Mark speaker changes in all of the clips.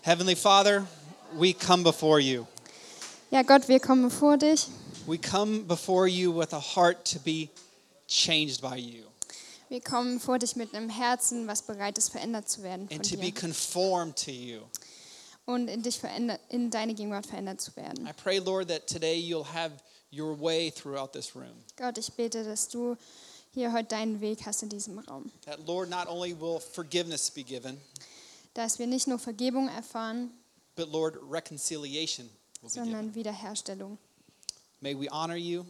Speaker 1: Heavenly Father, we come before you.
Speaker 2: Ja, Gott, wir kommen vor dich.
Speaker 1: We come before you with a heart to be changed by you
Speaker 2: Wir kommen vor dich mit einem Herzen, was bereit ist, verändert zu werden von
Speaker 1: and to be
Speaker 2: dir
Speaker 1: conformed to you.
Speaker 2: und in dich veränder- in deine Gegenwart verändert zu werden.
Speaker 1: I pray, Lord, that today you'll have your way throughout this room.
Speaker 2: Gott, ich bete, dass du hier heute deinen Weg hast in diesem Raum.
Speaker 1: That, Lord, not only will forgiveness be given,
Speaker 2: Dass wir nicht nur Vergebung erfahren,
Speaker 1: but, Lord, reconciliation will be given.
Speaker 2: sondern Wiederherstellung.
Speaker 1: May we honor you,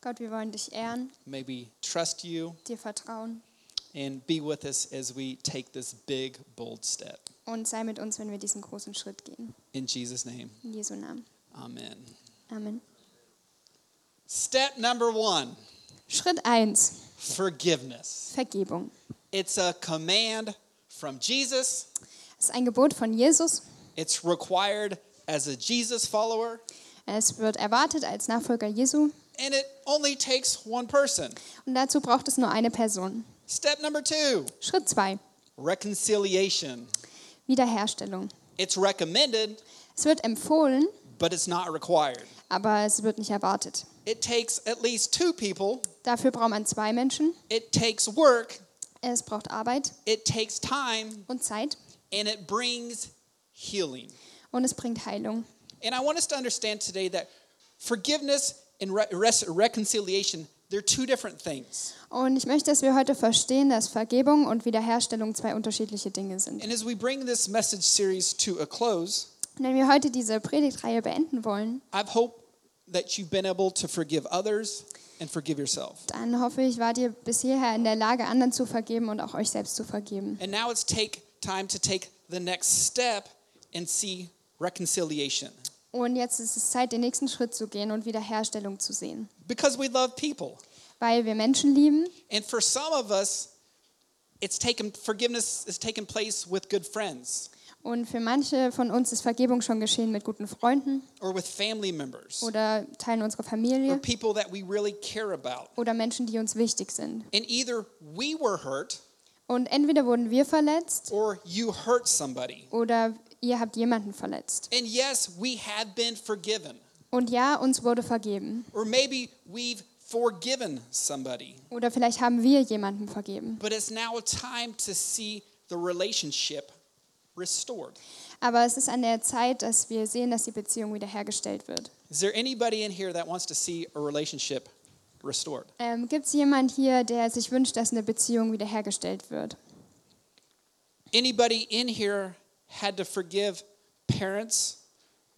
Speaker 2: Gott, wir wollen dich ehren,
Speaker 1: may we trust you,
Speaker 2: dir vertrauen
Speaker 1: and be with us as we take this big, bold step.
Speaker 2: und sei mit uns, wenn wir diesen großen Schritt gehen.
Speaker 1: In Jesus' name,
Speaker 2: In Jesu Namen.
Speaker 1: amen.
Speaker 2: Amen.
Speaker 1: Step number one
Speaker 2: Schritt 1.
Speaker 1: forgiveness.
Speaker 2: Vergebung.
Speaker 1: It's a command from Jesus,
Speaker 2: Es ist ein Gebot von Jesus.
Speaker 1: it's required as a Jesus follower,
Speaker 2: Es wird erwartet als Nachfolger Jesu.
Speaker 1: and it only takes one person.
Speaker 2: Und dazu braucht es nur eine Person.
Speaker 1: Step number two
Speaker 2: Schritt 2.
Speaker 1: reconciliation.
Speaker 2: Wiederherstellung.
Speaker 1: It's recommended,
Speaker 2: Es wird empfohlen,
Speaker 1: but it's not required.
Speaker 2: aber es wird nicht erwartet.
Speaker 1: It takes at least two people,
Speaker 2: Dafür braucht man zwei Menschen.
Speaker 1: it takes work,
Speaker 2: Es braucht Arbeit
Speaker 1: it takes time,
Speaker 2: und Zeit.
Speaker 1: and it brings healing.
Speaker 2: Und es bringt Heilung.
Speaker 1: And I want us to understand today that forgiveness and re- res- reconciliation, they're two different things.
Speaker 2: Und ich möchte, dass wir heute verstehen, dass Vergebung und Wiederherstellung zwei unterschiedliche Dinge sind.
Speaker 1: And as we bring this message series to a close,
Speaker 2: Und wenn wir heute diese Predigtreihe beenden wollen,
Speaker 1: I hope that you've been able to forgive others and forgive yourself.
Speaker 2: dann hoffe ich, wart ihr bis hierher in der Lage, anderen zu vergeben und auch euch selbst zu vergeben.
Speaker 1: And now it's take time to take the next step and see reconciliation.
Speaker 2: Und jetzt ist es Zeit, den nächsten Schritt zu gehen und Wiederherstellung zu sehen.
Speaker 1: Because we love people.
Speaker 2: Weil wir Menschen lieben
Speaker 1: And for some of us, it's taken forgiveness has taken place with good friends
Speaker 2: und für manche von uns ist Vergebung schon geschehen mit guten Freunden
Speaker 1: or with family members
Speaker 2: oder Teilen unserer
Speaker 1: or
Speaker 2: Familie
Speaker 1: people that we really care about.
Speaker 2: oder Menschen, die uns wichtig sind.
Speaker 1: And either we were hurt
Speaker 2: Und entweder wurden wir verletzt
Speaker 1: or you hurt somebody.
Speaker 2: oder ihr habt jemanden verletzt.
Speaker 1: And yes, we have been forgiven.
Speaker 2: Und ja, uns wurde vergeben.
Speaker 1: Or maybe we've forgiven somebody.
Speaker 2: Oder vielleicht haben wir jemanden vergeben.
Speaker 1: But it's now time to see the relationship restored.
Speaker 2: Aber es ist an der Zeit, dass wir sehen, dass die Beziehung wiederhergestellt wird.
Speaker 1: Is there anybody in here that wants to see a relationship restored?
Speaker 2: Ähm, Gibt es jemand hier, der sich wünscht, dass eine Beziehung wiederhergestellt wird?
Speaker 1: Anybody in here had to forgive parents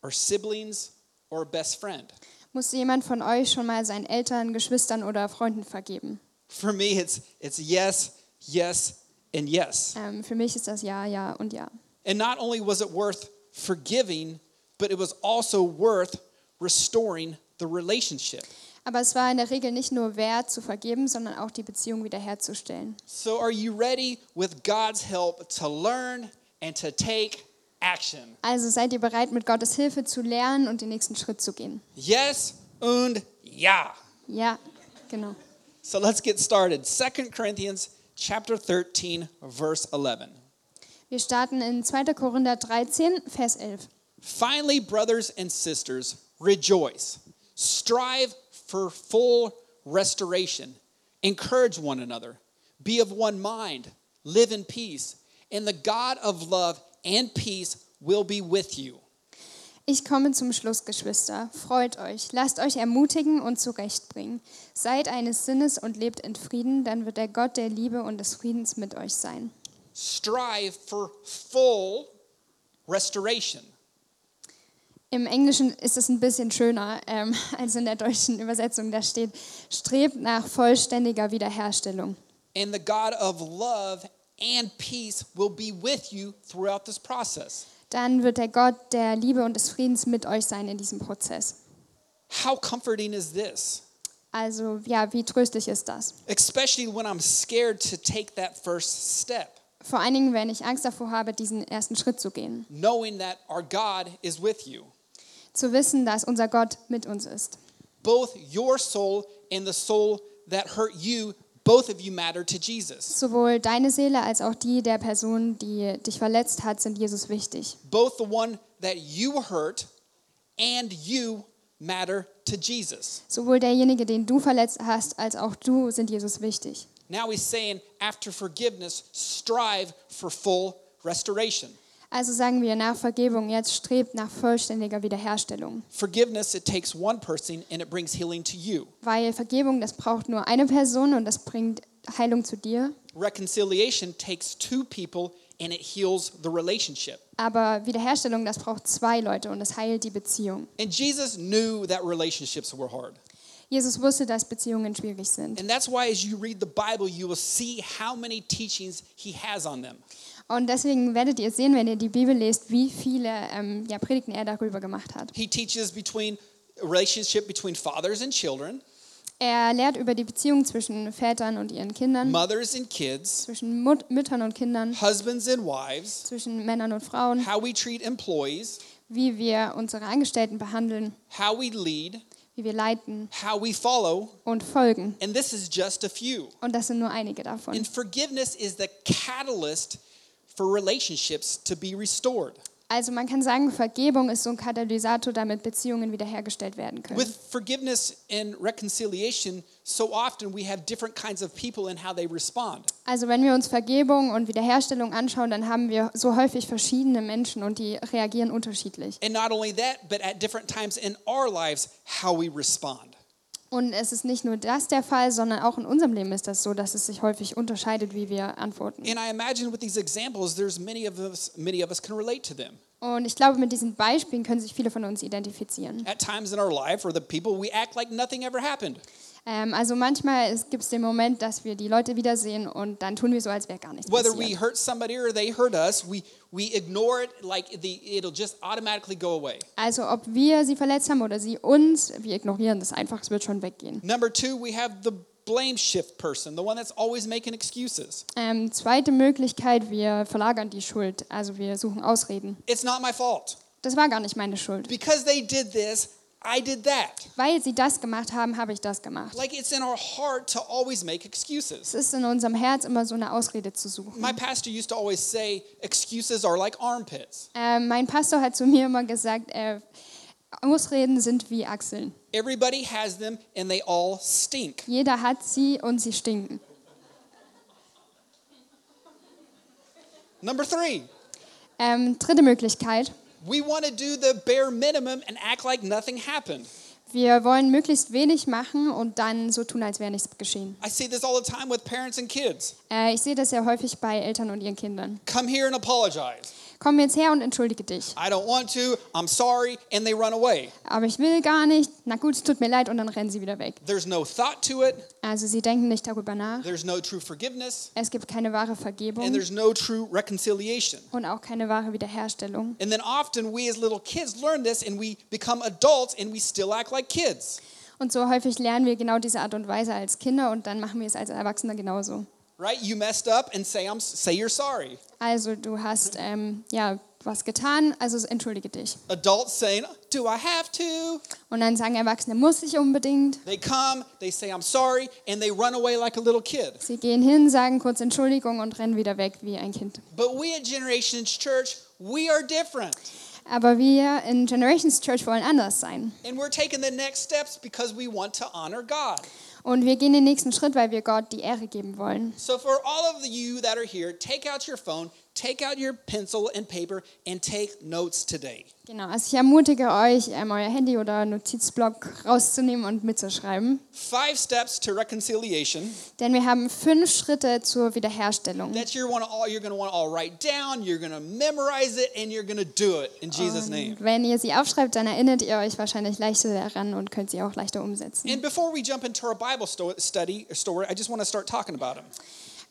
Speaker 1: or siblings or a best friend?
Speaker 2: Musste jemand von euch schon mal seinen Eltern, Geschwistern oder Freunden vergeben?
Speaker 1: For me, it's, it's yes, yes, and yes.
Speaker 2: Ähm, für mich ist das ja, ja und ja.
Speaker 1: And not only was it worth forgiving, but it was also worth restoring the relationship.
Speaker 2: Aber es war in der Regel nicht nur wert zu vergeben, sondern auch die Beziehung wiederherzustellen.
Speaker 1: So, are you ready with God's help to learn and to take action?
Speaker 2: Also seid ihr bereit, mit Gottes Hilfe zu lernen und den nächsten Schritt zu gehen?
Speaker 1: Yes und ja.
Speaker 2: Ja, genau.
Speaker 1: So, let's get started. 2 Corinthians chapter 13 verse 11.
Speaker 2: Wir starten in 2. Korinther 13, Vers 11.
Speaker 1: Finally, brothers and sisters, rejoice. Strive for full restoration. Encourage one another. Be of one mind. Live in peace. And the God of love and peace will be with you.
Speaker 2: Ich komme zum Schluss, Geschwister. Freut euch, lasst euch ermutigen und zurechtbringen. Seid eines Sinnes und lebt in Frieden, dann wird der Gott der Liebe und des Friedens mit euch sein.
Speaker 1: strive for full restoration.
Speaker 2: Im Englischen ist es ein bisschen schöner ähm, als in der deutschen Übersetzung. Da steht, strebt nach vollständiger Wiederherstellung.
Speaker 1: And the God of love and peace will be with you throughout this process.
Speaker 2: Dann wird der Gott der Liebe und des Friedens mit euch sein in diesem Prozess.
Speaker 1: How comforting is this?
Speaker 2: Also ja, wie tröstlich ist das?
Speaker 1: Especially when I'm scared to take that first step,
Speaker 2: Vor allen Dingen, wenn ich Angst davor habe, diesen ersten Schritt zu gehen.
Speaker 1: knowing that our God is with you.
Speaker 2: Zu wissen, dass unser Gott mit uns ist.
Speaker 1: Both your soul and the soul that hurt you both of you matter to Jesus.
Speaker 2: Sowohl deine Seele als auch die der Person, die dich verletzt hat, sind Jesus wichtig.
Speaker 1: Both the one that you hurt and you matter to Jesus.
Speaker 2: Sowohl derjenige, den du verletzt hast, als auch du sind Jesus wichtig.
Speaker 1: Now he's saying, after forgiveness, strive for full restoration.
Speaker 2: Also sagen wir nach Vergebung, jetzt strebt nach vollständiger Wiederherstellung.
Speaker 1: Forgiveness, it takes one person and it brings healing to you.
Speaker 2: Weil Vergebung, das braucht nur eine Person und das bringt Heilung zu dir.
Speaker 1: Reconciliation takes two people and it heals the relationship.
Speaker 2: Aber Wiederherstellung, das braucht zwei Leute und das heilt die Beziehung.
Speaker 1: And Jesus knew that relationships were hard.
Speaker 2: Jesus wusste, dass Beziehungen schwierig sind.
Speaker 1: And that's why, as you read the Bible, you will see how many teachings he has on them.
Speaker 2: Und deswegen werdet ihr sehen, wenn ihr die Bibel lest, wie viele ähm, ja, Predigten er darüber gemacht hat.
Speaker 1: He teaches between relationship between fathers and children,
Speaker 2: Er lehrt über die Beziehung zwischen Vätern und ihren Kindern,
Speaker 1: mothers and kids,
Speaker 2: zwischen Mut Müttern und Kindern,
Speaker 1: husbands and wives,
Speaker 2: zwischen Männern und Frauen,
Speaker 1: how we treat employees,
Speaker 2: wie wir unsere Angestellten behandeln,
Speaker 1: how we lead,
Speaker 2: wie wir leiten
Speaker 1: how we follow,
Speaker 2: und folgen.
Speaker 1: and this is just a few.
Speaker 2: Und das sind nur einige davon.
Speaker 1: And forgiveness is the catalyst for relationships to be restored.
Speaker 2: Also man kann sagen, Vergebung ist so ein Katalysator, damit Beziehungen wiederhergestellt werden können.
Speaker 1: With forgiveness and reconciliation, so often we have different kinds of people and how they respond.
Speaker 2: Also wenn wir uns Vergebung und Wiederherstellung anschauen, dann haben wir so häufig verschiedene Menschen und die reagieren unterschiedlich.
Speaker 1: And not only that, but at different times in our lives, how we respond.
Speaker 2: Und es ist nicht nur das der Fall, sondern auch in unserem Leben ist das so, dass es sich häufig unterscheidet, wie wir antworten.
Speaker 1: And I imagine with these examples, there's many of us, many of us can relate to them.
Speaker 2: Und ich glaube, mit diesen Beispielen können sich viele von uns identifizieren.
Speaker 1: At times in our life, or the people, we act like nothing ever happened.
Speaker 2: Ähm, also manchmal gibt es den Moment, dass wir die Leute wiedersehen und dann tun wir so, als wäre gar nichts
Speaker 1: Whether we
Speaker 2: passiert.
Speaker 1: hurt somebody or they hurt us, we, we ignore it like the, it'll just automatically go away.
Speaker 2: Also ob wir sie verletzt haben oder sie uns, wir ignorieren das einfach, es wird schon weggehen.
Speaker 1: Number two, we have the blame shift person, the one that's always making excuses.
Speaker 2: Ähm, zweite Möglichkeit, wir verlagern die Schuld, also wir suchen Ausreden.
Speaker 1: It's not my fault.
Speaker 2: Das war gar nicht meine Schuld.
Speaker 1: Because they did this, I did that.
Speaker 2: Weil sie das gemacht haben, habe ich das gemacht.
Speaker 1: Like it's in our heart to always make excuses.
Speaker 2: Es ist in unserem Herz immer so eine Ausrede zu suchen.
Speaker 1: My pastor used to always say, excuses are like armpits.
Speaker 2: Ähm, mein Pastor hat zu mir immer gesagt, äh, Ausreden sind wie Achseln.
Speaker 1: Everybody has them and they all stink.
Speaker 2: Jeder hat sie und sie stinken.
Speaker 1: Number three,
Speaker 2: Ähm, dritte Möglichkeit.
Speaker 1: we want to do the bare minimum and act like nothing happened.
Speaker 2: Wir wollen möglichst wenig machen und dann so tun, als wäre nichts geschehen.
Speaker 1: I see this all the time with parents and kids.
Speaker 2: Äh, ich sehe das ja häufig bei Eltern und ihren Kindern.
Speaker 1: Come here and apologize.
Speaker 2: Komm jetzt her und entschuldige dich.
Speaker 1: I don't want to. I'm sorry. And they run away.
Speaker 2: Aber ich will gar nicht. Na gut, es tut mir leid und dann rennen sie wieder weg.
Speaker 1: There's no thought to it.
Speaker 2: Also sie denken nicht darüber nach.
Speaker 1: There's no true forgiveness.
Speaker 2: Es gibt keine wahre
Speaker 1: And
Speaker 2: Vergebung
Speaker 1: there's no true reconciliation.
Speaker 2: und auch keine wahre Wiederherstellung.
Speaker 1: And then often we as little kids learn this and we become adults and we still act like kids,
Speaker 2: Und so häufig lernen wir genau diese Art und Weise als Kinder und dann machen wir es als Erwachsene genauso.
Speaker 1: right? You messed up and say, I'm, say you're sorry.
Speaker 2: Also du hast ähm, ja was getan, also entschuldige dich.
Speaker 1: Adults saying, Do I have to?
Speaker 2: Und dann sagen Erwachsene, muss ich unbedingt.
Speaker 1: They come, they say, I'm sorry, and they run away like a little kid.
Speaker 2: Sie gehen hin, sagen kurz Entschuldigung und rennen wieder weg wie ein Kind.
Speaker 1: But we at Generations Church, we are different.
Speaker 2: Aber wir in Generations Church wollen anders sein.
Speaker 1: And we're taking the next steps because we want to honor God.
Speaker 2: Und wir gehen den nächsten Schritt, weil wir Gott die Ehre geben wollen.
Speaker 1: So, for all of you that are here, take out your phone, take out your pencil and paper, and take notes today.
Speaker 2: Genau, also ich ermutige euch, ähm, euer Handy oder Notizblock rauszunehmen und mitzuschreiben.
Speaker 1: Five steps to reconciliation
Speaker 2: Denn wir haben fünf Schritte zur Wiederherstellung.
Speaker 1: that you're, wanna all, you're gonna wanna all write down, you're gonna memorize it, and you're gonna do it in Jesus' name.
Speaker 2: Und wenn ihr sie aufschreibt, dann erinnert ihr euch wahrscheinlich leichter daran und könnt sie auch leichter umsetzen.
Speaker 1: And before we jump into our Bible sto- study or story, I just wanna start talking about them.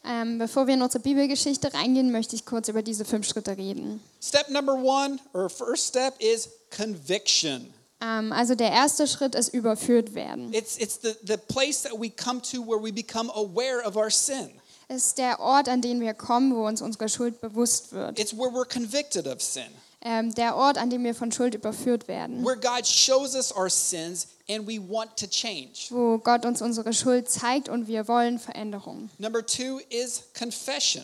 Speaker 2: Ähm, bevor wir in unsere Bibelgeschichte reingehen, möchte ich kurz über diese fünf Schritte reden.
Speaker 1: Step number one, or first step, is conviction.
Speaker 2: Ähm, also der erste Schritt ist überführt werden.
Speaker 1: It's, it's the, the place that we come to where we become aware of our sin.
Speaker 2: Es ist der Ort, an den wir kommen, wo uns unsere Schuld bewusst wird.
Speaker 1: It's where we're convicted of sin.
Speaker 2: ähm, der Ort, an dem wir von Schuld überführt werden,
Speaker 1: where God shows us our sins and we want to change.
Speaker 2: wo Gott uns unsere Schuld zeigt und wir wollen Veränderung.
Speaker 1: Number two is confession.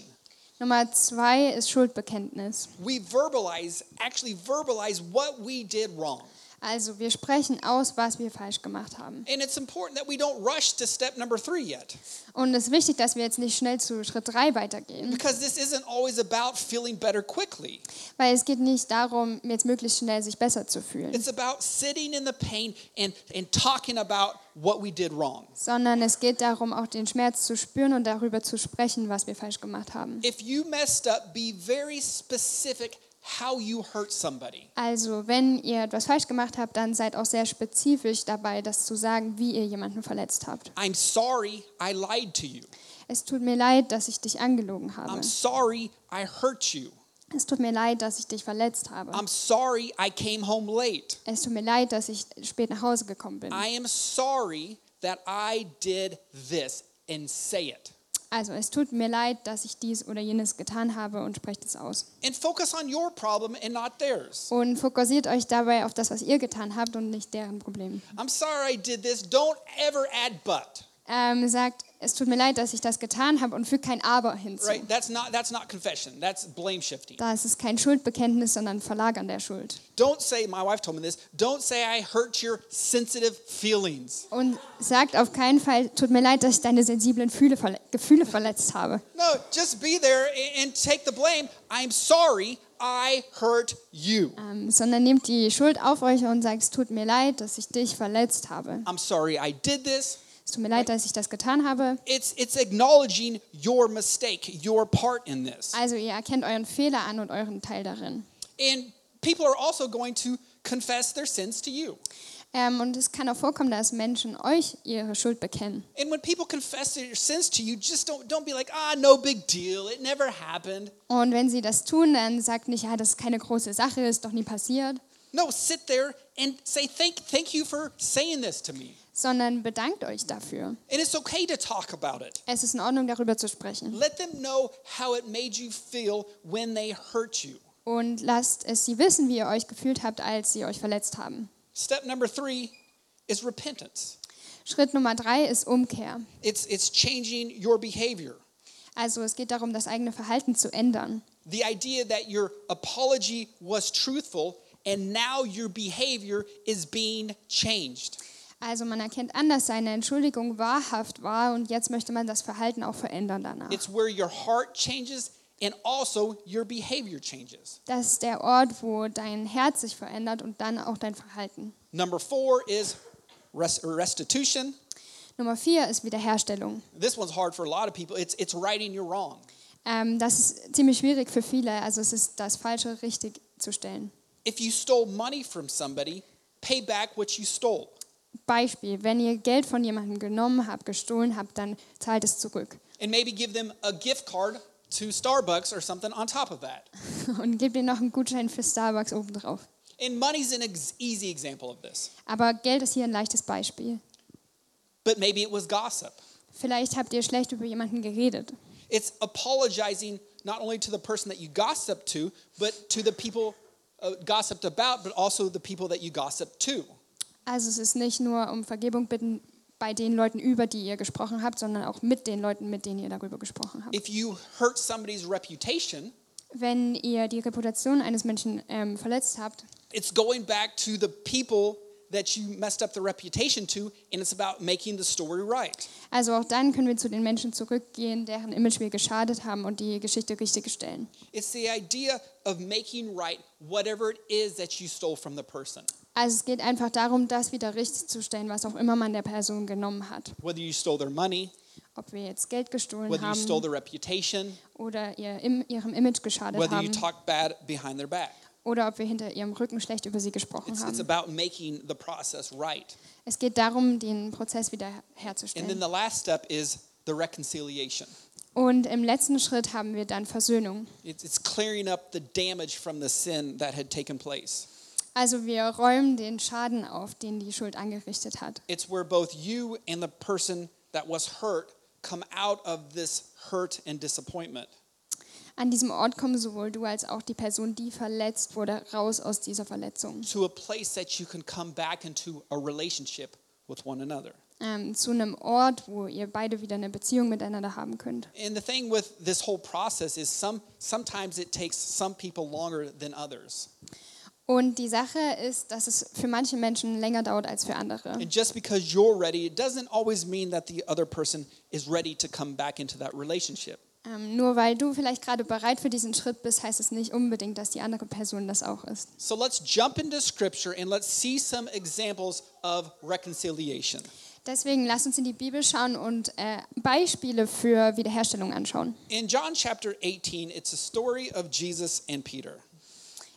Speaker 2: Nummer zwei ist Schuldbekenntnis.
Speaker 1: We verbalize, actually verbalize what we did wrong.
Speaker 2: Also wir sprechen aus, was wir falsch gemacht haben.
Speaker 1: And it's important that we don't rush to step number three yet,
Speaker 2: Und es ist wichtig, dass wir jetzt nicht schnell zu Schritt drei weitergehen,
Speaker 1: because this isn't always about feeling better quickly.
Speaker 2: weil es geht nicht darum, jetzt möglichst schnell sich besser zu fühlen,
Speaker 1: It's about sitting in the pain and, and talking about what we did wrong.
Speaker 2: sondern es geht darum, auch den Schmerz zu spüren und darüber zu sprechen, was wir falsch gemacht haben.
Speaker 1: If you messed up, be very specific how you hurt somebody.
Speaker 2: Also, wenn ihr etwas falsch gemacht habt, dann seid auch sehr spezifisch dabei, das zu sagen, wie ihr jemanden verletzt habt.
Speaker 1: I'm sorry I lied to you.
Speaker 2: Es tut mir leid, dass ich dich angelogen habe.
Speaker 1: I'm sorry I hurt you.
Speaker 2: Es tut mir leid, dass ich dich verletzt habe.
Speaker 1: I'm sorry I came home late.
Speaker 2: Es tut mir leid, dass ich spät nach Hause gekommen bin.
Speaker 1: I am sorry that I did this and say it.
Speaker 2: Also, es tut mir leid, dass ich dies oder jenes getan habe und sprecht es aus.
Speaker 1: And focus on your problem and not theirs.
Speaker 2: Und fokussiert euch dabei auf das, was ihr getan habt und nicht deren Problem.
Speaker 1: I'm sorry I did this. Don't ever add but.
Speaker 2: Ähm, sagt, es tut mir leid, dass ich das getan habe und fügt kein Aber hinzu.
Speaker 1: Right? That's not that's not confession. That's blame shifting.
Speaker 2: Das ist kein Schuldbekenntnis, sondern Verlagern der Schuld.
Speaker 1: Don't say my wife told me this. Don't say I hurt your sensitive feelings.
Speaker 2: Und sagt auf keinen Fall, tut mir leid, dass ich deine sensiblen Fühle, verle Gefühle verletzt habe.
Speaker 1: No, just be there and- and take the blame. I'm sorry I hurt you.
Speaker 2: Ähm, sondern nehmt die Schuld auf euch und sagt, es tut mir leid, dass ich dich verletzt habe.
Speaker 1: I'm sorry I did this.
Speaker 2: Es tut mir leid, dass ich das getan habe.
Speaker 1: It's it's acknowledging your mistake, your part in this.
Speaker 2: Also ihr erkennt euren Fehler an und euren Teil darin.
Speaker 1: And people are also going to confess their sins to you.
Speaker 2: Ähm, und es kann auch vorkommen, dass Menschen euch ihre Schuld bekennen.
Speaker 1: And when people confess their sins to you, just don't don't be like, "Ah, no big deal. It never happened."
Speaker 2: Und wenn sie das tun, dann sagt nicht, ja, das ist keine große Sache, ist doch nie passiert,
Speaker 1: No, sit there and say, "Thank thank you for saying this to me."
Speaker 2: sondern bedankt euch dafür.
Speaker 1: And it's okay to talk about it.
Speaker 2: Es ist in Ordnung, darüber zu sprechen.
Speaker 1: Let them know how it made you feel when they hurt you.
Speaker 2: Und lasst es sie wissen, wie ihr euch gefühlt habt, als sie euch verletzt haben.
Speaker 1: Step number three is repentance.
Speaker 2: Schritt Nummer drei ist Umkehr.
Speaker 1: It's it's changing your behavior.
Speaker 2: Also es geht darum, das eigene Verhalten zu ändern.
Speaker 1: The idea that your apology was truthful and now your behavior is being changed.
Speaker 2: Also man erkennt an, dass seine Entschuldigung wahrhaft war und jetzt möchte man das Verhalten auch verändern danach.
Speaker 1: It's where your heart changes and also your behavior changes.
Speaker 2: Das ist der Ort, wo dein Herz sich verändert und dann auch dein Verhalten.
Speaker 1: Number 4 is res- restitution.
Speaker 2: Nummer vier ist Wiederherstellung.
Speaker 1: This one's hard for a lot of people. It's it's righting your wrong.
Speaker 2: Ähm, das ist ziemlich schwierig für viele. Also es ist das Falsche richtig zu stellen.
Speaker 1: If you stole money from somebody, pay back what you stole.
Speaker 2: Beispiel, wenn ihr Geld von jemandem genommen habt, gestohlen habt, dann zahlt es zurück
Speaker 1: And maybe give them a gift card to Starbucks or something on top of that.
Speaker 2: und gebt ihr noch einen Gutschein für Starbucks obendrauf.
Speaker 1: And money's an ex- easy example of this.
Speaker 2: Aber Geld ist hier ein leichtes Beispiel.
Speaker 1: But maybe it was gossip.
Speaker 2: Vielleicht habt ihr schlecht über jemanden geredet.
Speaker 1: It's apologizing not only to the person that you gossiped to, but to the people uh, gossiped about, but also the people that you gossiped to.
Speaker 2: Also es ist nicht nur um Vergebung bitten bei den Leuten, über die ihr gesprochen habt, sondern auch mit den Leuten, mit denen ihr darüber gesprochen habt.
Speaker 1: If you hurt somebody's reputation,
Speaker 2: Wenn ihr die Reputation eines Menschen ähm, verletzt habt,
Speaker 1: it's going back to the people that you messed up the reputation to, and it's about making the story right.
Speaker 2: also auch dann können wir zu den Menschen zurückgehen, deren Image wir geschadet haben und die Geschichte richtig stellen.
Speaker 1: It's the idea of making right whatever it is that you stole from the person.
Speaker 2: Also es geht einfach darum, das wieder richtig zu stellen, was auch immer man der Person genommen hat.
Speaker 1: Whether you stole their money,
Speaker 2: Ob wir jetzt Geld gestohlen
Speaker 1: whether you stole
Speaker 2: haben
Speaker 1: their reputation,
Speaker 2: oder ihr im, ihrem Image geschadet
Speaker 1: whether you
Speaker 2: haben
Speaker 1: talked bad behind their back.
Speaker 2: oder ob wir hinter ihrem Rücken schlecht über sie gesprochen
Speaker 1: It's, it's
Speaker 2: haben.
Speaker 1: about making the process right.
Speaker 2: Es geht darum, den Prozess wieder
Speaker 1: And then
Speaker 2: herzustellen.
Speaker 1: the last step is the reconciliation.
Speaker 2: Und im letzten Schritt haben wir dann Versöhnung.
Speaker 1: It's, it's clearing up the damage from the sin that had taken place.
Speaker 2: Also wir räumen den Schaden auf, den die Schuld angerichtet hat.
Speaker 1: It's where both you and the person that was hurt come out of this hurt and disappointment.
Speaker 2: An diesem Ort kommen sowohl du als auch die Person, die verletzt wurde, raus aus dieser Verletzung.
Speaker 1: to a place that you can come back into a relationship with one another.
Speaker 2: Ähm, zu einem Ort, wo ihr beide wieder eine Beziehung miteinander haben könnt.
Speaker 1: And the thing with this whole process is some sometimes it takes some people longer than others.
Speaker 2: Und die Sache ist, dass es für manche Menschen länger dauert als für andere.
Speaker 1: And just because you're ready, it doesn't always mean that the other person is ready to come back into that relationship.
Speaker 2: Ähm, nur weil du vielleicht gerade bereit für diesen Schritt bist, heißt es nicht unbedingt, dass die andere Person das auch ist.
Speaker 1: So let's jump into scripture and let's see some examples of reconciliation.
Speaker 2: Deswegen lasst uns in die Bibel schauen und äh, Beispiele für Wiederherstellung anschauen.
Speaker 1: In John chapter 18, it's a story of Jesus and Peter.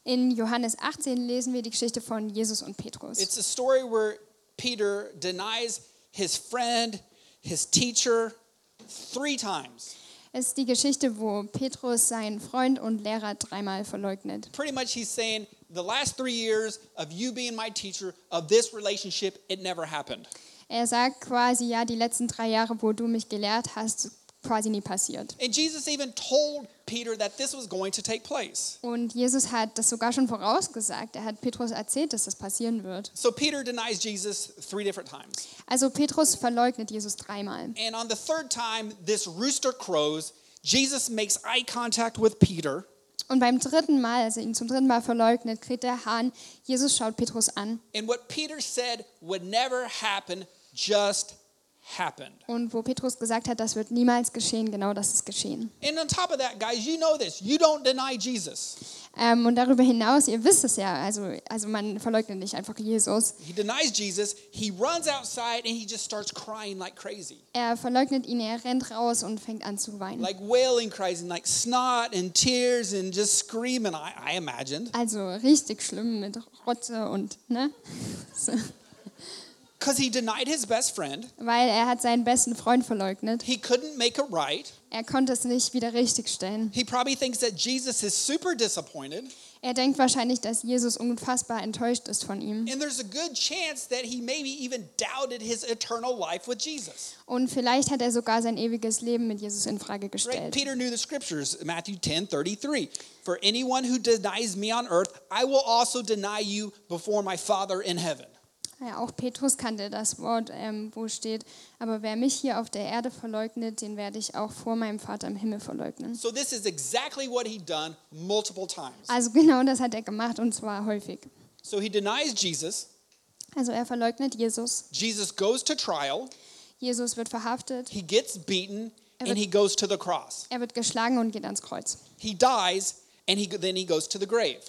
Speaker 2: In Johannes 18 lesen wir die Geschichte von Jesus und Petrus.
Speaker 1: It's a story where Peter denies his friend, his teacher, three times.
Speaker 2: Es ist die Geschichte, wo Petrus seinen Freund und Lehrer dreimal verleugnet.
Speaker 1: Pretty much, he's saying, The last three years of you being my teacher, of this relationship, it never happened.
Speaker 2: Er sagt quasi, ja, die letzten drei Jahre, wo du mich gelehrt hast, quasi nie passiert.
Speaker 1: And Jesus even told Peter that this was going to take place.
Speaker 2: Und Jesus hat das sogar schon vorausgesagt. Er hat Petrus erzählt, dass das passieren wird.
Speaker 1: So Peter denies Jesus three different times.
Speaker 2: Also Petrus verleugnet Jesus dreimal.
Speaker 1: And on the third time, this rooster crows. Jesus makes eye contact with Peter.
Speaker 2: Und beim dritten Mal, als er ihn zum dritten Mal verleugnet, kräht der Hahn. Jesus schaut Petrus an.
Speaker 1: And what Peter said would never happen just happened.
Speaker 2: Und wo Petrus gesagt hat, das wird niemals geschehen, genau das ist geschehen.
Speaker 1: And on top of that, guys, you know this. You don't deny Jesus.
Speaker 2: Ähm, und darüber hinaus, ihr wisst es ja, also, also man verleugnet nicht einfach Jesus.
Speaker 1: He denies Jesus. He runs outside and he just starts crying like crazy,
Speaker 2: Er verleugnet ihn, er rennt raus und fängt an zu weinen.
Speaker 1: like wailing cries and like snot and tears and just screaming. I, I imagined
Speaker 2: Also richtig schlimm mit Rotze und, ne? So.
Speaker 1: because he denied his best friend.
Speaker 2: Weil er hat seinen besten Freund verleugnet.
Speaker 1: He couldn't make it right.
Speaker 2: Er konnte es nicht wieder richtigstellen.
Speaker 1: He probably thinks that Jesus is super disappointed,
Speaker 2: Er denkt wahrscheinlich, dass Jesus unfassbar enttäuscht ist von ihm.
Speaker 1: and there's a good chance that he maybe even doubted his eternal life with Jesus.
Speaker 2: Und vielleicht hat er sogar sein ewiges Leben mit Jesus in Frage
Speaker 1: Right?
Speaker 2: gestellt.
Speaker 1: Peter knew the scriptures, Matthew 10 33. For anyone who denies me on earth, I will also deny you before my Father in heaven.
Speaker 2: Ja, auch Petrus kannte das Wort, ähm, wo steht, aber wer mich hier auf der Erde verleugnet, den werde ich auch vor meinem Vater im Himmel verleugnen.
Speaker 1: So, this is exactly what he'd done multiple times.
Speaker 2: Also genau das hat er gemacht und zwar häufig.
Speaker 1: So, he denies Jesus.
Speaker 2: Also er verleugnet Jesus.
Speaker 1: Jesus goes to trial.
Speaker 2: Jesus wird verhaftet,
Speaker 1: He gets beaten
Speaker 2: Er
Speaker 1: and
Speaker 2: wird-
Speaker 1: he goes to the cross.
Speaker 2: er wird geschlagen und geht ans Kreuz.
Speaker 1: He dies and he, then he goes to the grave.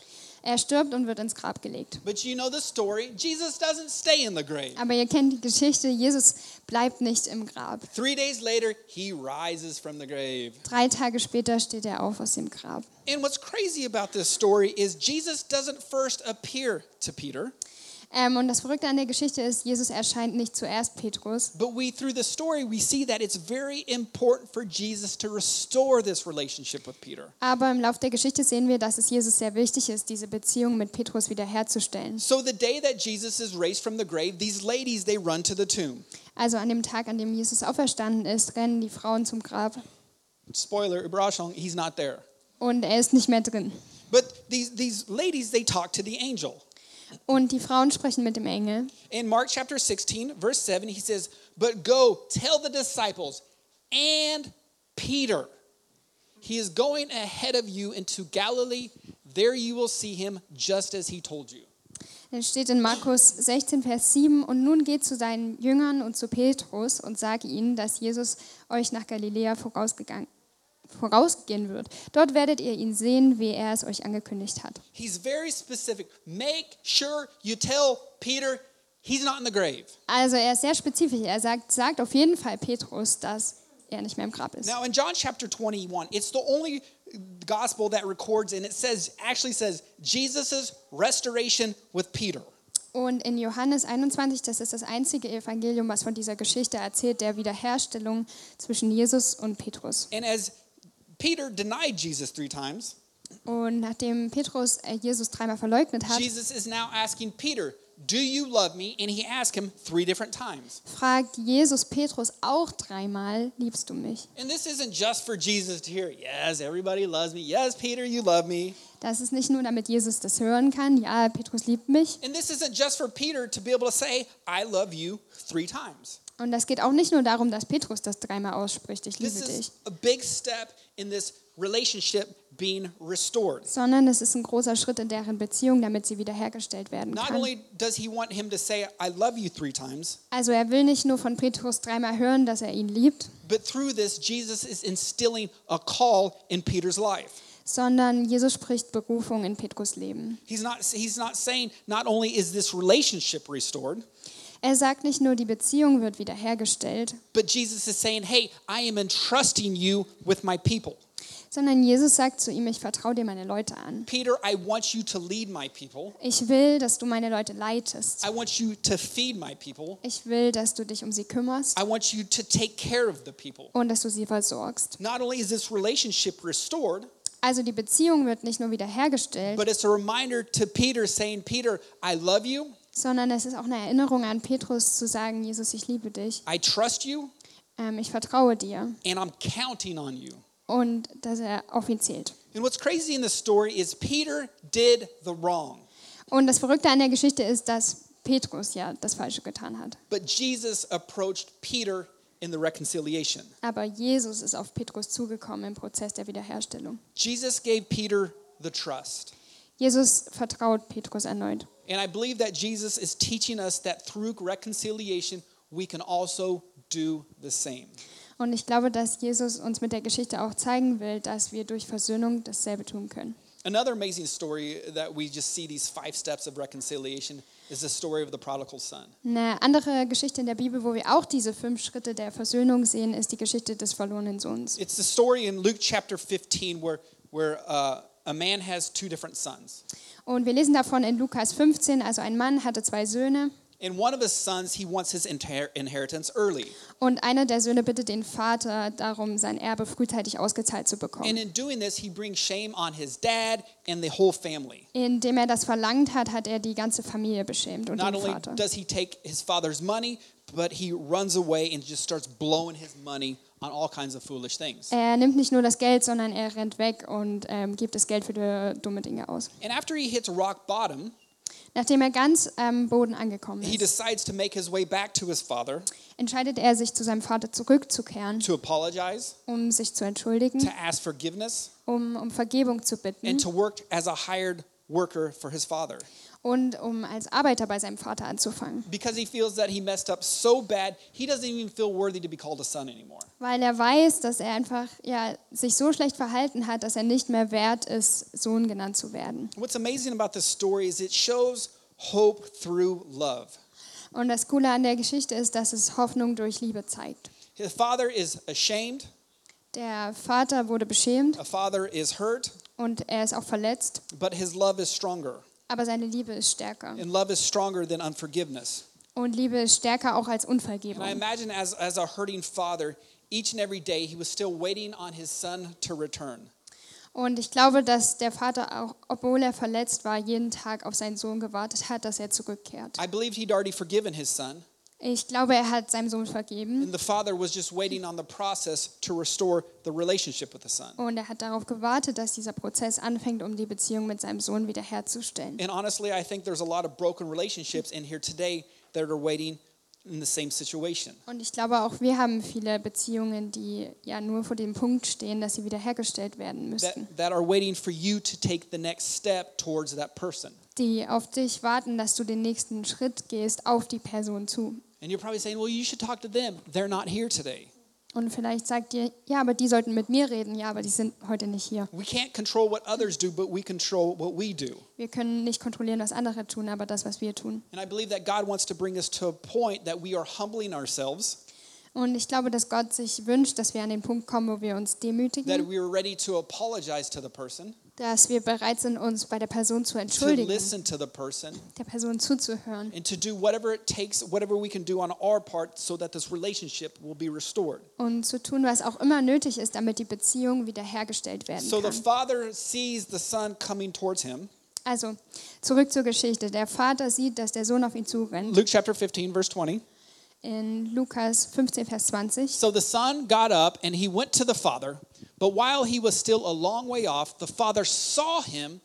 Speaker 2: Er stirbt und wird ins Grab gelegt.
Speaker 1: But you know the story Jesus doesn't stay in the grave.
Speaker 2: Aber ihr kennt die Geschichte, Jesus bleibt nicht im Grab.
Speaker 1: Three days later, he rises from the grave.
Speaker 2: Drei Tage später steht er auf aus dem Grab.
Speaker 1: And what's crazy about this story is Jesus doesn't first appear to Peter,
Speaker 2: Ähm, und das Verrückte an der Geschichte ist, Jesus erscheint nicht zuerst Petrus,
Speaker 1: but we through the story we see that it's very important for Jesus to restore this relationship with Peter.
Speaker 2: Aber im Laufe der Geschichte sehen wir, dass es Jesus sehr wichtig ist, diese Beziehung mit Petrus wiederherzustellen.
Speaker 1: So the day that Jesus is raised from the grave, these ladies they run to the tomb.
Speaker 2: Also an dem Tag, an dem Jesus auferstanden ist, rennen die Frauen zum Grab
Speaker 1: Spoiler, Ibrahim, he's not there.
Speaker 2: und er ist nicht mehr drin.
Speaker 1: But these these ladies they talk to the angel.
Speaker 2: Und die Frauen sprechen mit dem Engel.
Speaker 1: In Mark chapter 16 verse 7 he says, "But go tell the disciples and Peter. He is going ahead of you into Galilee. There you will see him just as he told you."
Speaker 2: Es steht in Markus 16, Vers 7, und nun geht zu seinen Jüngern und zu Petrus und sage ihnen, dass Jesus euch nach Galiläa vorausgegangen, vorausgehen wird. Dort werdet ihr ihn sehen, wie er es euch angekündigt hat.
Speaker 1: He's very specific. Make sure you tell Peter he's not in the grave.
Speaker 2: Also er ist sehr spezifisch. Er sagt, sagt auf jeden Fall Petrus, dass er nicht mehr im Grab ist.
Speaker 1: Now in John chapter 21, it's the only gospel that records and it says actually says Jesus' restoration with Peter.
Speaker 2: Und in Johannes 21, das ist das einzige Evangelium, was von dieser Geschichte erzählt, der Wiederherstellung zwischen Jesus und Petrus.
Speaker 1: And as Peter denied Jesus 3 times,
Speaker 2: Und nachdem Petrus äh, Jesus dreimal verleugnet hat,
Speaker 1: Jesus is now asking Peter, Do you love me? And he asked him three different times.
Speaker 2: fragt Jesus Petrus auch dreimal, liebst du mich?
Speaker 1: And this isn't just for Jesus to hear, yes, everybody loves me. Yes, Peter, you love me.
Speaker 2: Das ist nicht nur, damit Jesus das hören kann, ja, Petrus liebt mich.
Speaker 1: And this isn't just for Peter to be able to say, I love you three times.
Speaker 2: Und das geht auch nicht nur darum, dass Petrus das dreimal ausspricht, ich liebe
Speaker 1: This is
Speaker 2: dich,
Speaker 1: a big step in this relationship being restored.
Speaker 2: sondern es ist ein großer Schritt in deren Beziehung, damit sie wiederhergestellt werden
Speaker 1: Not
Speaker 2: kann.
Speaker 1: only does he want him to say, I love you three times,
Speaker 2: Also er will nicht nur von Petrus dreimal hören, dass er ihn liebt,
Speaker 1: but through this, Jesus is instilling a call in Peter's life.
Speaker 2: sondern Jesus spricht Berufung in Petrus Leben.
Speaker 1: He's not, he's not saying, not only is this relationship restored,
Speaker 2: Er sagt nicht nur, die Beziehung wird wiederhergestellt,
Speaker 1: but Jesus is saying, hey, I am entrusting you with my people.
Speaker 2: sondern Jesus sagt zu ihm, ich vertraue dir meine Leute an.
Speaker 1: Peter, I want you to lead my people.
Speaker 2: Ich will, dass du meine Leute leitest.
Speaker 1: I want you to feed my people.
Speaker 2: Ich will, dass du dich um sie kümmerst
Speaker 1: I want you to take care of the people.
Speaker 2: und dass du sie versorgst.
Speaker 1: Not only is this relationship restored,
Speaker 2: Also die Beziehung wird nicht nur wiederhergestellt,
Speaker 1: but it's a reminder to Peter saying, Peter, I love you.
Speaker 2: sondern es ist auch eine Erinnerung an Petrus zu sagen, Jesus, ich liebe dich,
Speaker 1: I trust you.
Speaker 2: ähm, ich vertraue dir
Speaker 1: and I'm counting on you.
Speaker 2: und dass er auf ihn zählt.
Speaker 1: And what's crazy in this story is Peter did the wrong,
Speaker 2: Und das Verrückte an der Geschichte ist, dass Petrus ja das Falsche getan hat.
Speaker 1: but Jesus approached Peter in the reconciliation.
Speaker 2: Aber Jesus ist auf Petrus zugekommen im Prozess der Wiederherstellung.
Speaker 1: Jesus gave Peter the trust.
Speaker 2: Jesus vertraut Petrus erneut.
Speaker 1: And I believe that Jesus is teaching us that through reconciliation, we can also do the same.
Speaker 2: Und ich glaube, dass Jesus uns mit der Geschichte auch zeigen will, dass wir durch Versöhnung dasselbe tun können.
Speaker 1: Another amazing story that we just see these five steps of reconciliation is the story of the prodigal son.
Speaker 2: Eine andere Geschichte in der Bibel, wo wir auch diese fünf Schritte der Versöhnung sehen, ist die Geschichte des verlorenen Sohns.
Speaker 1: It's the story in Luke chapter 15 where, where uh, a man has two different sons.
Speaker 2: Und wir lesen davon in Lukas 15, also ein Mann hatte zwei Söhne
Speaker 1: And one of his sons, he wants his inter- inheritance early.
Speaker 2: und einer der Söhne bittet den Vater darum, sein Erbe frühzeitig ausgezahlt zu
Speaker 1: And
Speaker 2: bekommen.
Speaker 1: in doing this, he brings shame on his dad and the whole family.
Speaker 2: Indem er das verlangt hat, hat er die ganze Familie beschämt und
Speaker 1: Not
Speaker 2: den
Speaker 1: only
Speaker 2: Vater.
Speaker 1: does he take his father's money, but he runs away and just starts blowing his money on all kinds of foolish things.
Speaker 2: Er nimmt nicht nur das Geld, sondern er rennt weg und ähm, gibt das Geld für dumme Dinge aus.
Speaker 1: And after he hits rock bottom,
Speaker 2: Nachdem er ganz am Boden angekommen
Speaker 1: he
Speaker 2: ist,
Speaker 1: decides to make his way back to his father
Speaker 2: entscheidet er sich, zu seinem Vater zurückzukehren,
Speaker 1: to apologize,
Speaker 2: um sich zu entschuldigen,
Speaker 1: to ask forgiveness,
Speaker 2: um um Vergebung zu bitten
Speaker 1: and to work as a hired worker for his father
Speaker 2: und um als Arbeiter bei seinem Vater anzufangen,
Speaker 1: because he feels that he messed up so bad, he doesn't even feel worthy to be called a son anymore.
Speaker 2: weil er weiß, dass er einfach ja, sich so schlecht verhalten hat, dass er nicht mehr wert ist, Sohn genannt zu werden.
Speaker 1: What's amazing about this story is it shows hope through love.
Speaker 2: Und das Coole an der Geschichte ist, dass es Hoffnung durch Liebe zeigt.
Speaker 1: His father is ashamed,
Speaker 2: Der Vater wurde beschämt
Speaker 1: a father is hurt,
Speaker 2: und er ist auch verletzt,
Speaker 1: but his love is stronger.
Speaker 2: aber seine Liebe ist stärker.
Speaker 1: And love is stronger than unforgiveness.
Speaker 2: Und Liebe ist stärker auch als
Speaker 1: And I
Speaker 2: Unvergebung.
Speaker 1: imagine as, as a hurting father, each and every day he was still waiting on his son to return.
Speaker 2: Und ich glaube, dass der Vater auch, obwohl er verletzt war, jeden Tag auf seinen Sohn gewartet hat, dass er zurückkehrt.
Speaker 1: I believe he'd already forgiven his son,
Speaker 2: Ich glaube, er hat seinem Sohn vergeben
Speaker 1: and the father was just waiting on the process to restore the relationship with the son.
Speaker 2: und er hat darauf gewartet, dass dieser Prozess anfängt, um die Beziehung mit seinem Sohn wiederherzustellen.
Speaker 1: And honestly, I think there's a lot of broken relationships in here today that are waiting in the same situation.
Speaker 2: Und ich glaube, auch wir haben viele Beziehungen, die ja nur vor dem Punkt stehen, dass sie wiederhergestellt werden müssten,
Speaker 1: that, that are waiting for you to take the next step towards that person.
Speaker 2: die auf dich warten, dass du den nächsten Schritt gehst auf die Person zu.
Speaker 1: And you're probably saying, well, you should talk to them. They're not here today.
Speaker 2: Und vielleicht sagt dir, ja, aber die sollten mit mir reden, ja, aber die sind heute nicht hier.
Speaker 1: We can't control what others do, but we control what we do.
Speaker 2: Wir können nicht kontrollieren, was andere tun, aber das, was wir tun.
Speaker 1: And I believe that God wants to bring us to a point that we are humbling ourselves,
Speaker 2: Und ich glaube, dass Gott sich wünscht, dass wir an den Punkt kommen, wo wir uns
Speaker 1: that
Speaker 2: demütigen,
Speaker 1: we are ready to apologize to the person,
Speaker 2: dass wir bereit sind, uns bei der Person zu
Speaker 1: to
Speaker 2: entschuldigen,
Speaker 1: listen to the person,
Speaker 2: der Person zuzuhören
Speaker 1: and to do whatever it takes, whatever we can do on our part so that this relationship will be restored.
Speaker 2: und zu tun, was auch immer nötig ist, damit die Beziehung wiederhergestellt werden
Speaker 1: So the
Speaker 2: kann.
Speaker 1: father sees the son coming towards him,
Speaker 2: Also, zurück zur Geschichte. Der Vater sieht, dass der Sohn auf ihn zurennt.
Speaker 1: Luke chapter 15, verse 20.
Speaker 2: In Lukas 15, Vers 20.
Speaker 1: So the son got up and he went to the father, but while he was still a long way off, the father saw him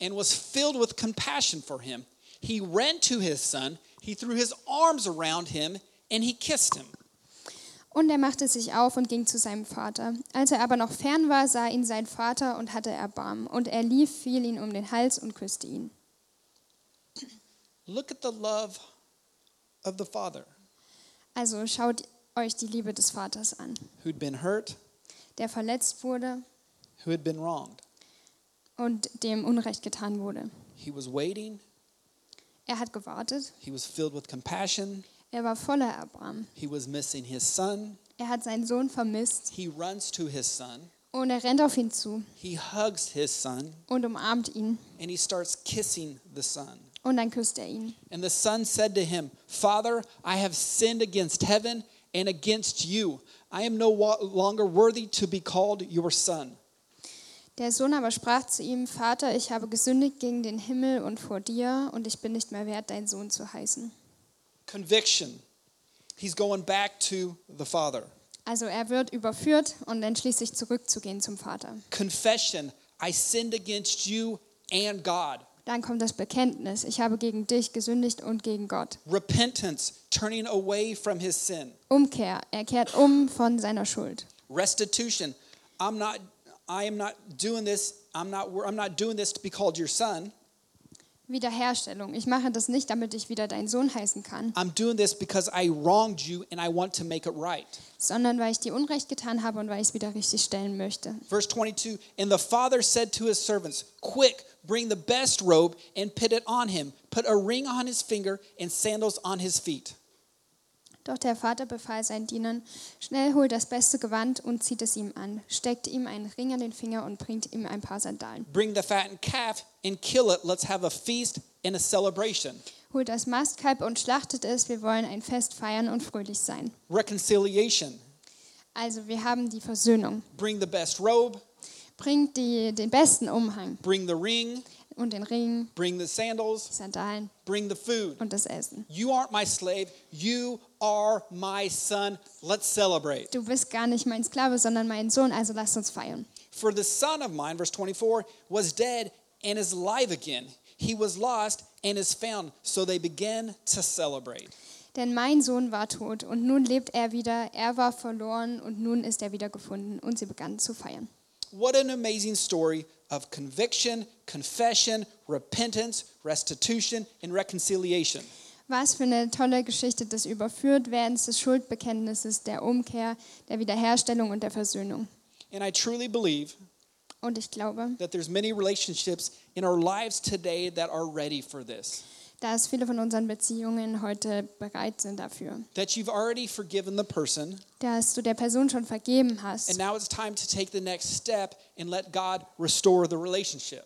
Speaker 1: and was filled with compassion for him. He ran to his son, he threw his arms around him, and he kissed him.
Speaker 2: Und er machte sich auf und ging zu seinem Vater. Als er aber noch fern war, sah ihn sein Vater und hatte Erbarmen. Und er lief, fiel ihn um den Hals und küsste ihn.
Speaker 1: Look at the love of the father
Speaker 2: Also schaut euch die Liebe des Vaters an,
Speaker 1: who'd been hurt,
Speaker 2: der verletzt wurde
Speaker 1: who had been wronged.
Speaker 2: und dem Unrecht getan wurde.
Speaker 1: He was waiting,
Speaker 2: Er hat gewartet,
Speaker 1: he was filled with compassion,
Speaker 2: er war voller Erbarmen.
Speaker 1: he was missing his son.
Speaker 2: Er hat seinen Sohn vermisst
Speaker 1: He runs to his son,
Speaker 2: und er rennt auf ihn zu
Speaker 1: he hugs his son,
Speaker 2: und umarmt ihn.
Speaker 1: and he starts kissing the son.
Speaker 2: Und dann küsst er ihn.
Speaker 1: And the son said to him, Father, I have sinned against heaven and against you. I am no wa- longer worthy to be called your son.
Speaker 2: Der Sohn aber sprach zu ihm, Vater, ich habe gesündigt gegen den Himmel und vor dir, und ich bin nicht mehr wert, dein Sohn zu heißen.
Speaker 1: Conviction. He's going back to the father.
Speaker 2: Also er wird überführt und entschließt sich zurückzugehen zum Vater.
Speaker 1: Confession. I sinned against you and God.
Speaker 2: Dann kommt das Bekenntnis, ich habe gegen dich gesündigt und gegen Gott.
Speaker 1: Repentance, turning away from his sin.
Speaker 2: Umkehr, er kehrt um von seiner Schuld.
Speaker 1: Restitution. I'm not I am not doing this. I'm not wor- I'm not doing this to be called your son.
Speaker 2: Wiederherstellung, ich mache das nicht, damit ich wieder dein Sohn heißen kann,
Speaker 1: I'm doing this because I wronged you and I want to make it right.
Speaker 2: sondern weil ich dir Unrecht getan habe und weil ich es wieder richtig stellen möchte.
Speaker 1: Verse 22 And the father said to his servants, Quick, bring the best robe and put it on him. Put a ring on his finger and sandals on his feet.
Speaker 2: Doch der Vater befahl seinen Dienern, schnell holt das beste Gewand und zieht es ihm an, steckt ihm einen Ring an den Finger und bringt ihm ein paar Sandalen.
Speaker 1: Bring the fattened calf and kill it. Let's have a feast and a celebration.
Speaker 2: Holt das Mastkalb und schlachtet es, wir wollen ein Fest feiern und fröhlich sein.
Speaker 1: Reconciliation.
Speaker 2: Also wir haben die Versöhnung.
Speaker 1: Bring the best robe,
Speaker 2: Bringt die, den besten Umhang
Speaker 1: bring the ring,
Speaker 2: und den Ring,
Speaker 1: bring the sandals,
Speaker 2: die Sandalen
Speaker 1: bring the food.
Speaker 2: und das Essen.
Speaker 1: You aren't my slave, you are my son. Let's celebrate.
Speaker 2: Du bist gar nicht mein Sklave, sondern mein Sohn, also lasst uns feiern.
Speaker 1: For the son of mine, verse 24, was dead and is alive again. He was lost and is found. So they began to celebrate.
Speaker 2: Denn mein Sohn war tot und nun lebt er wieder, er war verloren und nun ist er wieder gefunden und sie begannen zu feiern.
Speaker 1: What an amazing story of conviction, confession, repentance, restitution, and reconciliation.
Speaker 2: Was für eine tolle Geschichte des Überführtwerdens, des Schuldbekenntnisses, der Umkehr, der Wiederherstellung und der Versöhnung.
Speaker 1: And I truly believe
Speaker 2: Und ich glaube,
Speaker 1: that there's many relationships in our lives today that are ready for this.
Speaker 2: dass viele von unseren Beziehungen heute bereit sind dafür.
Speaker 1: That you've already forgiven the person,
Speaker 2: Dass du der Person schon vergeben
Speaker 1: and
Speaker 2: hast,
Speaker 1: now it's time to take the next step and let God restore the relationship.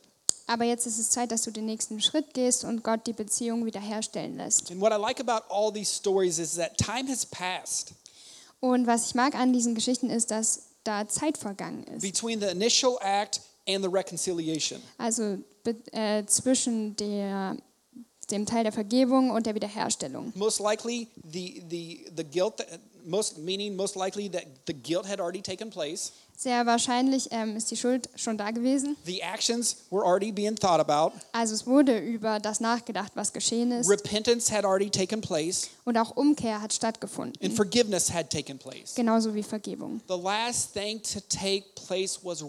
Speaker 2: aber jetzt ist es Zeit, dass du den nächsten Schritt gehst und Gott die Beziehung wiederherstellen lässt.
Speaker 1: And what I like about all these stories is that time has passed
Speaker 2: Und was ich mag an diesen Geschichten ist, dass da Zeit vergangen ist.
Speaker 1: between the initial act and the reconciliation.
Speaker 2: Also be- äh, zwischen der, dem Teil der Vergebung und der Wiederherstellung.
Speaker 1: Most likely, the, the, the guilt, most meaning most likely that the guilt had already taken place.
Speaker 2: Sehr wahrscheinlich ähm, ist die Schuld schon da gewesen.
Speaker 1: The actions were already being thought about.
Speaker 2: Also es wurde über das nachgedacht, was geschehen ist.
Speaker 1: Repentance had already taken place,
Speaker 2: Und auch Umkehr hat
Speaker 1: and
Speaker 2: stattgefunden.
Speaker 1: forgiveness had taken place.
Speaker 2: Genauso wie Vergebung.
Speaker 1: The last thing to take place was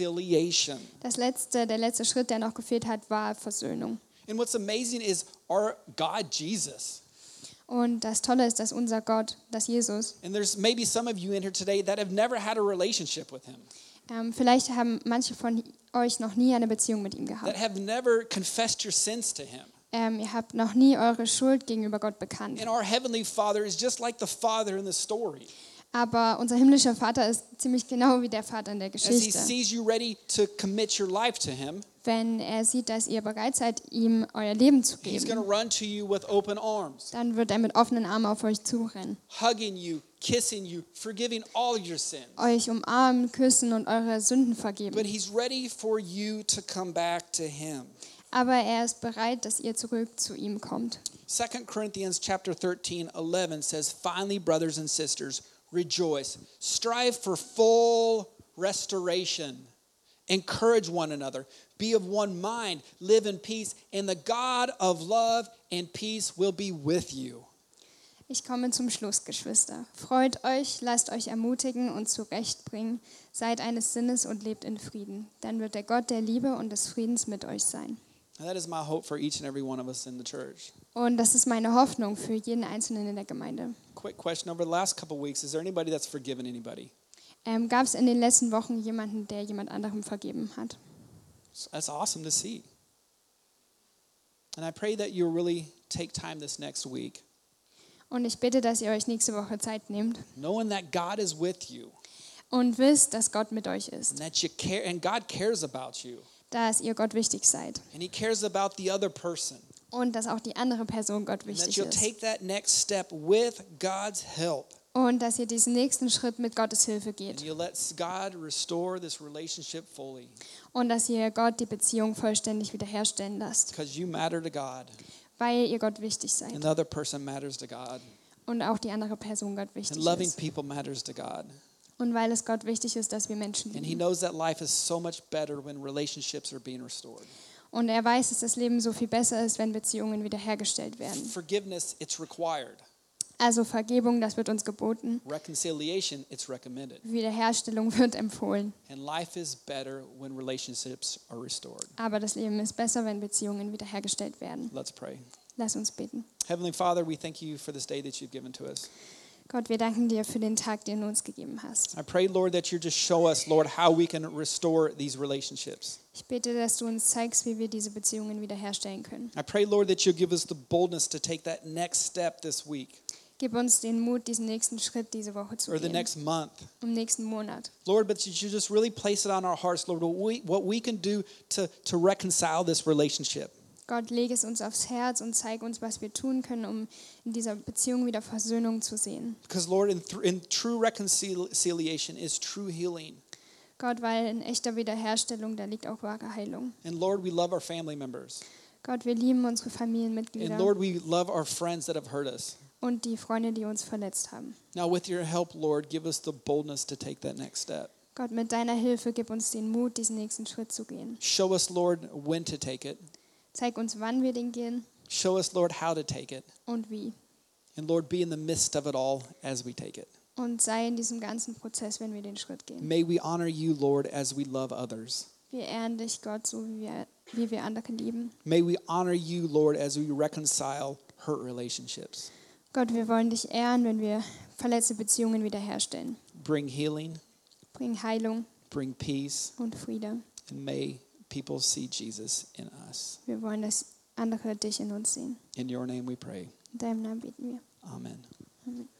Speaker 1: reconciliation.
Speaker 2: Das letzte, der letzte Schritt, der noch gefehlt hat, war Versöhnung.
Speaker 1: And what's amazing is our God, Jesus.
Speaker 2: Und das Tolle ist, dass unser Gott, dass Jesus,
Speaker 1: And there's maybe some of you in here today that have never had a relationship with him.
Speaker 2: ähm, vielleicht haben manche von euch noch nie eine Beziehung mit ihm
Speaker 1: that
Speaker 2: gehabt.
Speaker 1: have never confessed your sins to him.
Speaker 2: Ähm, ihr habt noch nie eure Schuld gegenüber Gott bekannt.
Speaker 1: And our heavenly Father is just like the father in the story.
Speaker 2: Aber unser himmlischer Vater ist ziemlich genau wie der Vater in der
Speaker 1: As he
Speaker 2: Geschichte.
Speaker 1: sees you ready to commit your life to him,
Speaker 2: Wenn er sieht, dass ihr bereit seid, ihm euer Leben zu
Speaker 1: he's
Speaker 2: geben,
Speaker 1: going to run to you with open arms,
Speaker 2: dann wird er mit offenen Armen auf euch zurennen,
Speaker 1: hugging you, kissing you, forgiving all your sins.
Speaker 2: euch umarmen, küssen und eure Sünden
Speaker 1: But
Speaker 2: vergeben.
Speaker 1: he's ready for you to come back to him.
Speaker 2: aber er ist bereit, dass ihr zurück zu ihm kommt.
Speaker 1: 2 Corinthians chapter 13, 11 says, Finally, brothers and sisters, rejoice. Strive for full restoration. Encourage one another. Be of one mind. Live in peace. And the God of love and peace will be with you.
Speaker 2: Ich komme zum Schluss, Geschwister. Freut euch, lasst euch ermutigen und zurechtbringen, seid eines Sinnes und lebt in Frieden. Dann wird der Gott der Liebe und des Friedens mit euch sein.
Speaker 1: And that is my hope for each and every one of us in the church.
Speaker 2: Und das ist meine Hoffnung für jeden Einzelnen in der Gemeinde.
Speaker 1: Quick question over the last couple weeks Is there anybody that's forgiven anybody?
Speaker 2: Ähm, Gab es in den letzten Wochen jemanden, der jemand anderem vergeben hat?
Speaker 1: That's awesome to see. And I pray that you'll really take time this next week,
Speaker 2: Und ich bitte, dass ihr euch nächste Woche Zeit nehmt
Speaker 1: knowing that God is with you
Speaker 2: und wisst, dass Gott mit euch
Speaker 1: and
Speaker 2: ist,
Speaker 1: that you care, and God cares about you,
Speaker 2: dass ihr Gott wichtig seid
Speaker 1: and He cares about the other person,
Speaker 2: und dass auch die andere Person
Speaker 1: and
Speaker 2: Gott
Speaker 1: that
Speaker 2: wichtig
Speaker 1: you'll
Speaker 2: ist
Speaker 1: take that next step with God's help,
Speaker 2: und dass ihr diesen nächsten Schritt mit Gottes Hilfe
Speaker 1: and
Speaker 2: geht
Speaker 1: you'll let God restore this relationship fully
Speaker 2: und dass ihr Gott die Beziehung vollständig wiederherstellen lasst,
Speaker 1: because you matter to God,
Speaker 2: weil ihr Gott wichtig
Speaker 1: and
Speaker 2: seid
Speaker 1: the other person matters to God,
Speaker 2: und auch die andere Person Gott
Speaker 1: and
Speaker 2: wichtig
Speaker 1: loving
Speaker 2: ist
Speaker 1: people matters to God.
Speaker 2: und weil es Gott wichtig ist, dass wir Menschen
Speaker 1: And he
Speaker 2: lieben.
Speaker 1: knows that life is so much better when relationships are being restored.
Speaker 2: Und er weiß, dass das Leben so viel besser ist, wenn Beziehungen wiederhergestellt werden.
Speaker 1: Forgiveness, it's required.
Speaker 2: Also Vergebung, das wird uns geboten.
Speaker 1: Reconciliation, it's recommended.
Speaker 2: Wiederherstellung wird empfohlen.
Speaker 1: And life is better when relationships are restored.
Speaker 2: Aber das Leben ist besser, wenn Beziehungen wiederhergestellt werden.
Speaker 1: Let's pray.
Speaker 2: Lass uns beten.
Speaker 1: Heavenly Father, we thank you for this day that you've given to us.
Speaker 2: Gott, wir danken dir für den Tag, den du uns gegeben hast.
Speaker 1: I pray, Lord, that you just show us, Lord, how we can restore these relationships.
Speaker 2: Ich bete, dass du uns zeigst, wie wir diese Beziehungen wiederherstellen können.
Speaker 1: I pray, Lord, that you'll give us the boldness to take that next step this week
Speaker 2: Gib uns den Mut, diesen nächsten Schritt diese Woche zu
Speaker 1: or the
Speaker 2: gehen.
Speaker 1: next month.
Speaker 2: Im nächsten Monat.
Speaker 1: Lord, but that you just really place it on our hearts, Lord, what we, what we can do to, to reconcile this relationship.
Speaker 2: Gott, lege es uns aufs Herz und zeig uns, was wir tun können, um in dieser Beziehung wieder Versöhnung zu sehen.
Speaker 1: Because, Lord, in, thr in true reconciliation is true healing.
Speaker 2: Gott, weil in echter Wiederherstellung, da liegt auch wahre Heilung.
Speaker 1: And, Lord, we love our family members.
Speaker 2: Gott, wir lieben unsere
Speaker 1: And,
Speaker 2: Familienmitglieder
Speaker 1: Lord, we love our friends that have hurt us.
Speaker 2: und die Freunde, die uns verletzt haben.
Speaker 1: Now, with your help, Lord, give us the boldness to take that next step.
Speaker 2: Gott, mit deiner Hilfe gib uns den Mut, diesen nächsten Schritt zu gehen.
Speaker 1: Show us, Lord, when to take it.
Speaker 2: Zeig uns, wann wir den gehen
Speaker 1: Show us, Lord, how to take it.
Speaker 2: und wie.
Speaker 1: And, Lord, be in the midst of it all as we take it.
Speaker 2: Und sei in diesem ganzen Prozess, wenn wir den Schritt gehen.
Speaker 1: May we honor you, Lord, as we love others.
Speaker 2: Wir ehren dich, Gott, so wie wir, wie wir andere lieben.
Speaker 1: May we honor you, Lord, as we reconcile hurt relationships.
Speaker 2: Gott, wir wollen dich ehren, wenn wir verletzte Beziehungen wiederherstellen.
Speaker 1: Bring healing,
Speaker 2: Bring Heilung
Speaker 1: bring peace,
Speaker 2: und Friede.
Speaker 1: and may people see Jesus in us.
Speaker 2: Wir wollen, dass andere dich in uns sehen.
Speaker 1: In your name we pray.
Speaker 2: In deinem Namen beten wir.
Speaker 1: Amen.
Speaker 2: Amen.